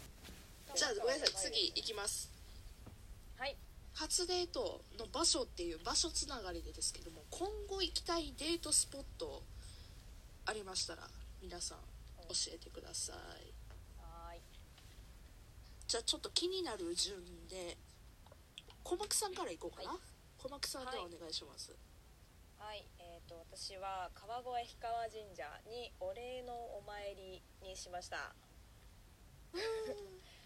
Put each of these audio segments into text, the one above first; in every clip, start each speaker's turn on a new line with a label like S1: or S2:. S1: ゃあごめんなさい次いきます
S2: はい
S1: 初デートの場所っていう場所つながりでですけども今後行きたいデートスポットありましたら皆さん教えてください
S2: はーい
S1: じゃあちょっと気になる順で小牧さんから行こうかな、
S2: は
S1: 小牧さんではお願いします、
S2: はい、えー、と私は川越氷川神社にお礼のお参りにしました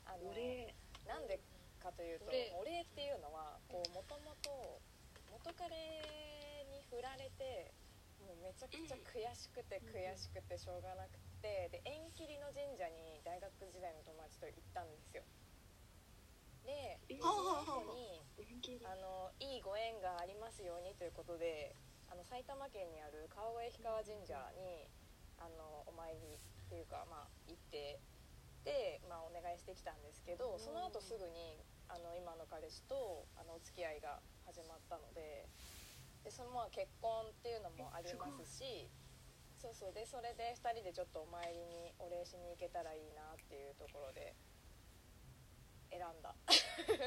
S2: あの
S3: お礼
S2: なんでかというとお
S3: お礼
S2: 礼っていうのはこうもともと元彼に振られてもうめちゃくちゃ悔しくて
S3: うん
S2: 悔しくてしょうがなくてで縁切りの神社に大学時代の友達と行ったんですよで
S3: えー
S1: はあ
S2: その
S1: はあはあ
S2: 後に
S3: 連携で
S2: あのいいご縁がありますようにということであの埼玉県にある川越氷川神社にあのお参りっていうか、まあ、行ってで、まあ、お願いしてきたんですけどその後すぐにあの今の彼氏とあのお付き合いが始まったのででそのまあ結婚っていうのもありますしそうそうでそれで2人でちょっとお参りにお礼しに行けたらいいなっていうところで選んだ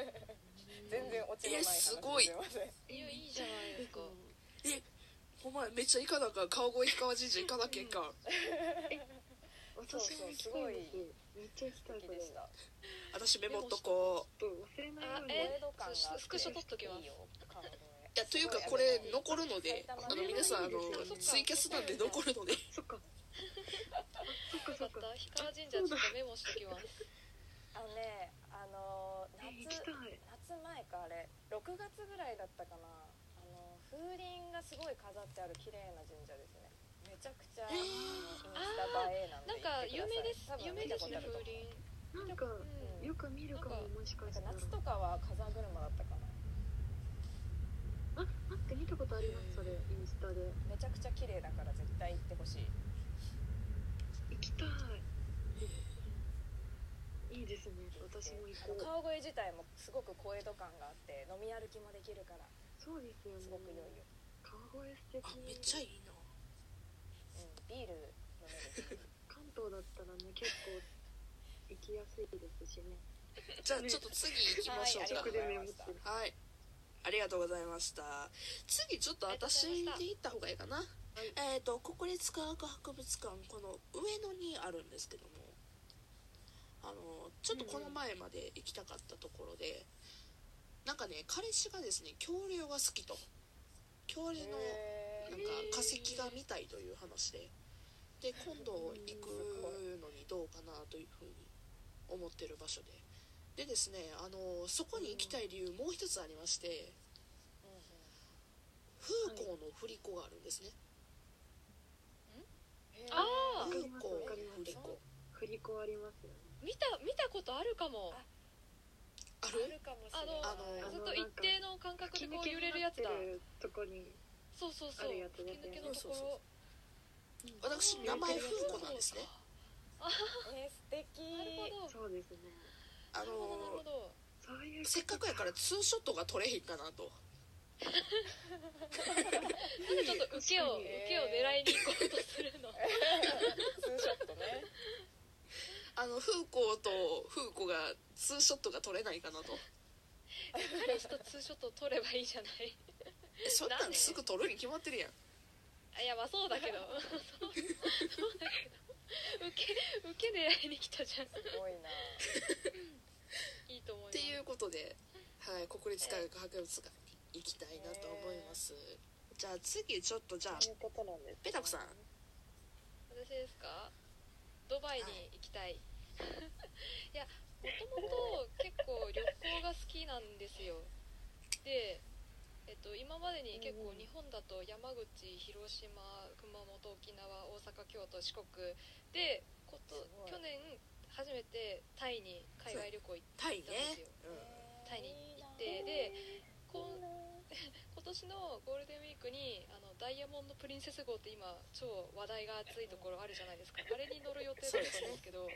S2: 全然落ちのない話
S1: えすごい
S2: ません
S3: いやいいじゃないですか
S1: うんえお前めっちゃ行かなあかん川越氷川神社行かなきゃいかん、
S3: 私も行きたいですめっちゃ行きた
S2: 素敵
S3: いこれ
S2: で
S3: ち
S2: した
S1: 私メモっとこ
S3: ょっと忘れないように
S2: え
S3: え
S2: ード感があって
S4: スクショ撮っときます
S2: いいよ川越
S1: ういやというか
S2: すご
S1: こ
S2: あ
S1: れ
S2: の
S1: 残るのであ
S2: 埼玉
S1: の皆さんあの
S3: そっか
S1: ツイキャスなんで残るので
S3: そっかそっか
S4: よ
S3: そ
S4: か
S3: ったか
S4: っ氷川神社ちょっとメモしときます
S2: あのねあの
S3: えー行き
S2: 夏
S3: たい
S2: 夏前かあれ6月ぐらいだったかなあの風鈴がすごい飾ってある綺麗な神社ですねめちゃくちゃ、
S1: えー
S2: あのインスタ映えなんで
S4: なんか有名です
S2: 行ってください多分
S4: 有名ですね
S2: 見たことあると思う
S3: なんか
S4: 風鈴うん
S3: よく見るかももしかした
S2: な
S3: ら
S2: んか夏とかは風車だったかな
S3: あ待って見たことありますそれインスタで
S2: めちゃくちゃ綺麗だから絶対行ってほしい
S3: 行きたいいいですね私も行こう
S2: 川越自体もすごく小江戸感があって飲み歩きもできるから
S3: そうですよね
S2: すごく良いよ、
S3: 川越素敵
S1: あめっちゃいいな
S2: うん、ビール飲める
S3: 関東だったらね結構行きやすいですしね
S1: じゃあちょっと次行きましょう
S2: はい
S1: じゃ
S2: あ
S1: あ
S2: りがと
S3: 直
S2: う
S3: でメモってる
S1: はい。ありがとうございました。次ちょっと私で行った方がいいかな。えっ、と国立科学博物館この上野にあるんですけども、あのちょっとこの前まで行きたかったところで、なんかね彼氏がですね恐竜が好きと恐竜の
S2: へ
S1: なん
S2: ー
S1: か化石が見たいという話でで今度行くのにどうかなというふうに思ってる場所ででですねあのそこに行きたい理由もう一つありまして
S2: うんうん
S1: 風光の振り子があるんですね
S2: へー
S4: ああ
S3: わか
S1: 風
S3: ります
S1: 光の
S3: わか
S1: 振
S3: ります
S1: り子
S3: 振り子ありますよね
S4: 見た見たことあるかも
S1: あ
S2: あ
S1: る
S2: るかもし
S4: あ
S2: れ
S4: の
S2: ない
S3: あの
S4: ずっと一定の感覚でこう揺れるやつだ
S3: 吹き抜けになってるとこに
S4: そうそうそう
S3: ある
S4: 吹
S3: やつですね
S4: き抜けのと
S1: そうそうそ
S4: ころ
S1: 私名前風子なんですね
S2: えー素敵
S4: なるほど
S3: そうですね
S1: あ
S4: なるほどなる
S1: の
S4: ほど
S3: そういうこと
S1: せっかくやからツーショットが撮れへんかなと
S4: なんかちょっと受けを
S3: 確かに
S4: 受けを狙いに行こうとするの
S2: ツーショットね
S1: あの風光と風子がツーショットが撮れないかなと
S4: 彼氏とツーショットを撮ればいいじゃない
S1: えそんなんすぐ撮るに決まってるやん
S4: あいやまあそうだけどそうそうだけど受け受け狙いに来たじゃん
S2: すごいない
S4: いと思い
S1: っ
S4: ま
S1: て
S4: す
S1: いうことで、はい、国立科学博物館に行きたいなと思います。じゃあ次ちょっとじゃあ
S3: そういうことなんです
S1: ペタコさん、
S4: 私ですかドバイに行きたい、い、やもともと結構旅行が好きなんですよで、えっと、今までに結構日本だと山口広島熊本沖縄大阪京都四国でこと
S2: すごい
S4: 去年初めてタイに海外旅行行っ
S1: タイね
S4: たんですよ。タイに行ってでこん
S2: う
S4: 今年のゴールデンウィークにあのダイヤモンド・プリンセス号って今超話題が熱いところあるじゃないです かあれに乗る予定だったんですけど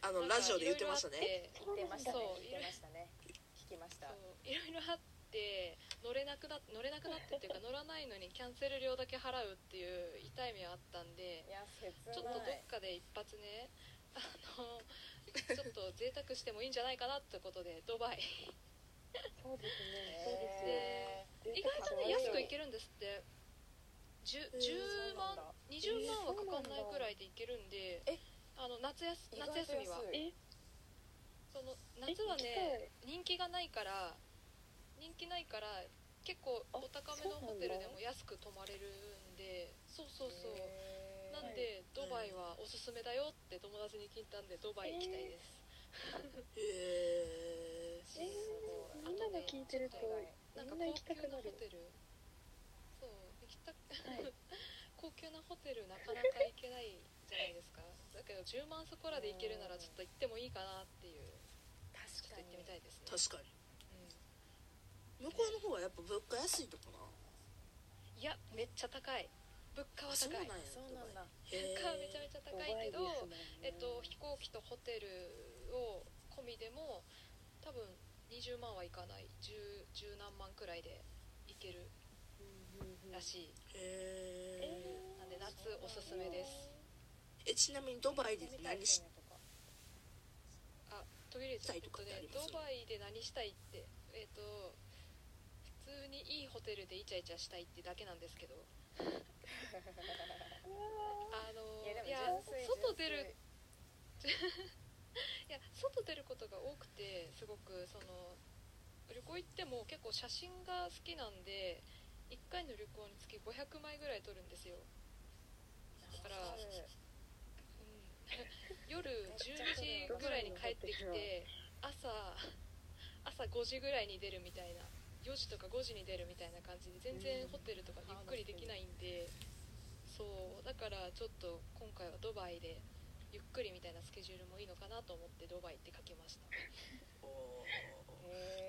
S1: あのラ
S4: なんか
S1: ジオで言ってましたね。
S2: 行ってましたね
S4: そう
S2: 行ってましたね聞きました
S4: いろいろあって乗れなくなって乗れなくなってっていうか乗らないのにキャンセル料だけ払うっていう痛い目はあったんで
S2: いや切ない
S4: ちょっとどっかで一発ねあのちょっと贅沢してもいいんじゃないかなってことでドバイ
S3: そうですね。そうですね。
S2: え
S4: 意外とね安く行けるんですって
S1: えー
S4: 10,
S2: そう
S4: 10
S2: なん
S4: 万
S2: だ
S4: 20万はかかんないくらいで行けるんで
S2: え
S4: あの夏やす
S2: ー、
S4: 夏休みは
S2: 意外と安い
S4: その夏はね人気がないから人気ないから結構お高めのホテルでも安く泊まれるんでそうそうそう
S2: へー
S4: なんでドバイはおすすめだよって友達に聞いたんでドバイ行きたいです
S1: へえ
S2: す
S3: え
S2: ごい
S3: ー、みんなが聞いてると、
S4: なんか
S3: みんな
S4: 高
S3: 行きた
S4: 級
S3: く
S4: な
S3: な
S4: ホ
S3: る。
S4: テルそう行きた
S3: はい。
S4: 高級なホテルなかなか行けないじゃないですかだけど10万そこらで行けるならちょっと行ってもいいかなっていうちょっと行ってみたいですね
S1: 確か
S4: う
S1: に向こうの方がやっぱ物価安いとかなん
S4: いやめっちゃ高い物価は
S1: あそう
S4: 高
S1: なん
S4: い
S1: や
S2: そ
S4: 物
S2: うなんだ。
S1: へえ
S4: 価はめちゃめちゃ高いけど、
S3: ドバイですね
S4: えっと、飛行機とホテルを込みでも多分20万はいかない10十何万くらいで行けるらしい、
S1: へえ
S3: え
S4: なんで夏おすすめです
S1: えちなみにドバイで何し
S4: あ途切れちゃう
S1: したいとかってあ
S4: え
S1: り
S4: っと
S1: ま
S4: ね
S1: す
S4: ドバイで何したいってえっと普通にいいホテルでイチャイチャしたいってだけなんです けどあの
S2: いやでも
S4: いや
S2: 純粋
S4: 外
S2: 純
S4: 出
S2: 粋
S4: るいや外出ることが多くてすごくその旅行行っても結構写真が好きなんで1回の旅行につき500枚ぐらい撮るんですよだから、うん、夜12時ぐらいに帰ってきて朝朝5時ぐらいに出るみたいな4時とか5時に出るみたいな感じで全然ホテルとかゆっくりできないんでそうだからちょっと今回はドバイでゆっくりみたいなスケジュールもいいのかなと思ってドバイって書きました
S1: おー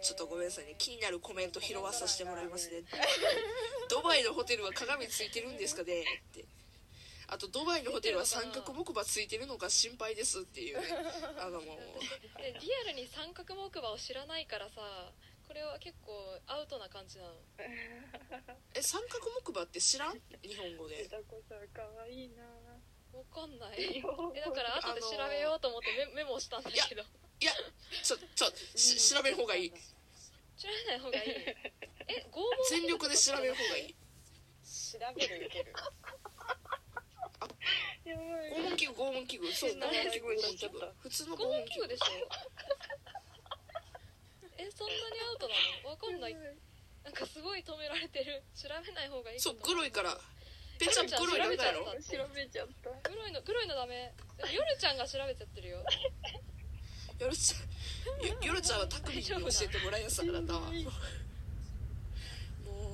S1: ちょっとごめんなさいね気になるコメント拾わさせてもらいます ねドバイのホテルは鏡ついてるんですかねってあとドバイのホテルは三角木馬ついてるのか心配ですっていうねあのもう
S4: でリアルに三角木馬を知らないからさこれは結構アウトな感じなの
S1: え三角木馬って知らん日本語で
S3: たこさん可愛いな。
S4: わかんないえだから後で調べようと思ってメメモしたんだけど
S1: いやちょちょし調べる方がいい
S4: 知らない方がいい え拷問
S1: 全力で調べる方がいい
S2: 調べる受ける。
S3: やばい。
S1: 拷問器具拷問器具 そう拷問器具拷問器具普通の拷
S4: 拷問
S1: 問
S4: 器
S1: 器
S4: 具
S1: 具
S4: でしょえそんなにアウトなのわかんないなんかすごい止められてる調べない方がいいか
S1: そう
S4: と思
S1: グロいからペちゃんグロいなんだやろ
S3: 調べちゃった。
S4: グロいのグロいのダメでもヨルちゃんが調べちゃってるよ
S1: よろちゃんよよろちゃんはたくみに教えてもらいやすからだわもう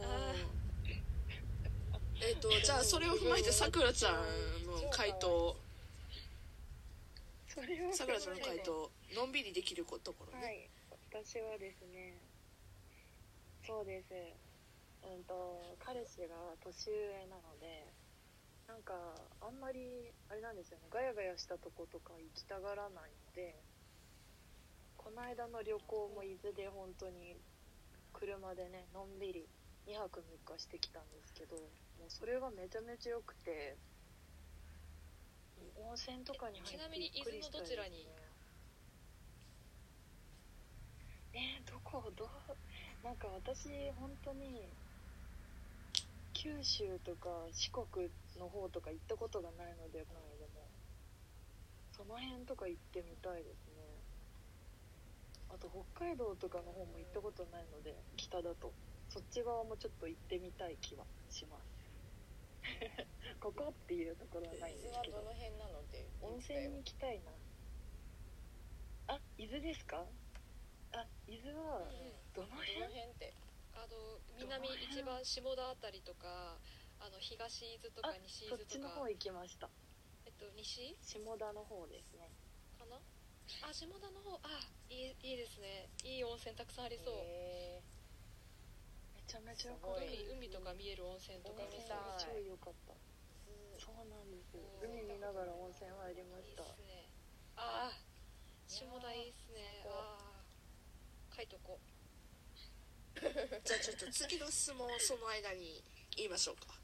S4: あ
S1: えっ、とじゃあそれを踏まえてさくらちゃんの回答
S3: それは
S1: さくらちゃんの回答のんびりできるところ
S3: は
S1: ね、
S3: い、私はですね、そうです。うんと彼氏が年上なので、なんかあんまりあれなんですよね。ガヤガヤしたとことか行きたがらないので、この間の旅行も伊豆で本当に車でねのんびり2泊3日してきたんですけど、もうそれがめちゃめちゃ良くて。温泉とかに入って
S4: ちなみに
S3: びっくりしたいです
S4: 伊豆のどちらに
S3: ねえどこどうなんか私本当に九州とか四国の方とか行ったことがないのでないでもその辺とか行ってみたいですねあと北海道とかの方も行ったことないので北だとそっち側もちょっと行ってみたい気はします ここっていうところはないん
S2: 伊豆
S3: です
S2: は
S3: け
S2: ど
S3: ど
S2: の辺なのって言
S3: 温
S2: ってた
S3: 泉
S2: よ
S3: に行きたいなあ伊豆ですかあ伊豆は
S4: うん
S3: どの
S2: どの
S3: 辺
S2: 辺って
S4: あの南一番下田あたりとかあの東伊豆とか
S3: あ
S4: 西伊
S3: そっ
S4: 豆
S3: ち
S4: と
S3: の
S4: か
S3: 方行きました
S4: えっと西
S3: 下田の方ですね
S4: かなあ下田の方あいいいいですねいい温泉たくさんありそう、
S2: へ
S3: めちゃめちゃ良か
S2: ー
S3: った
S2: すごい
S4: 海海とか見える温泉とか
S3: め
S2: 見
S3: ち
S2: たい
S3: ゃめちゃ良かった
S2: ー
S3: そうなんです
S2: うん
S3: 海見ながら温泉入りま
S4: いい
S3: し
S4: ったすねああ下田いいっすね
S2: 最高
S4: ああ書いとこう
S1: じゃあちょっと次の質問をその間に言いましょうか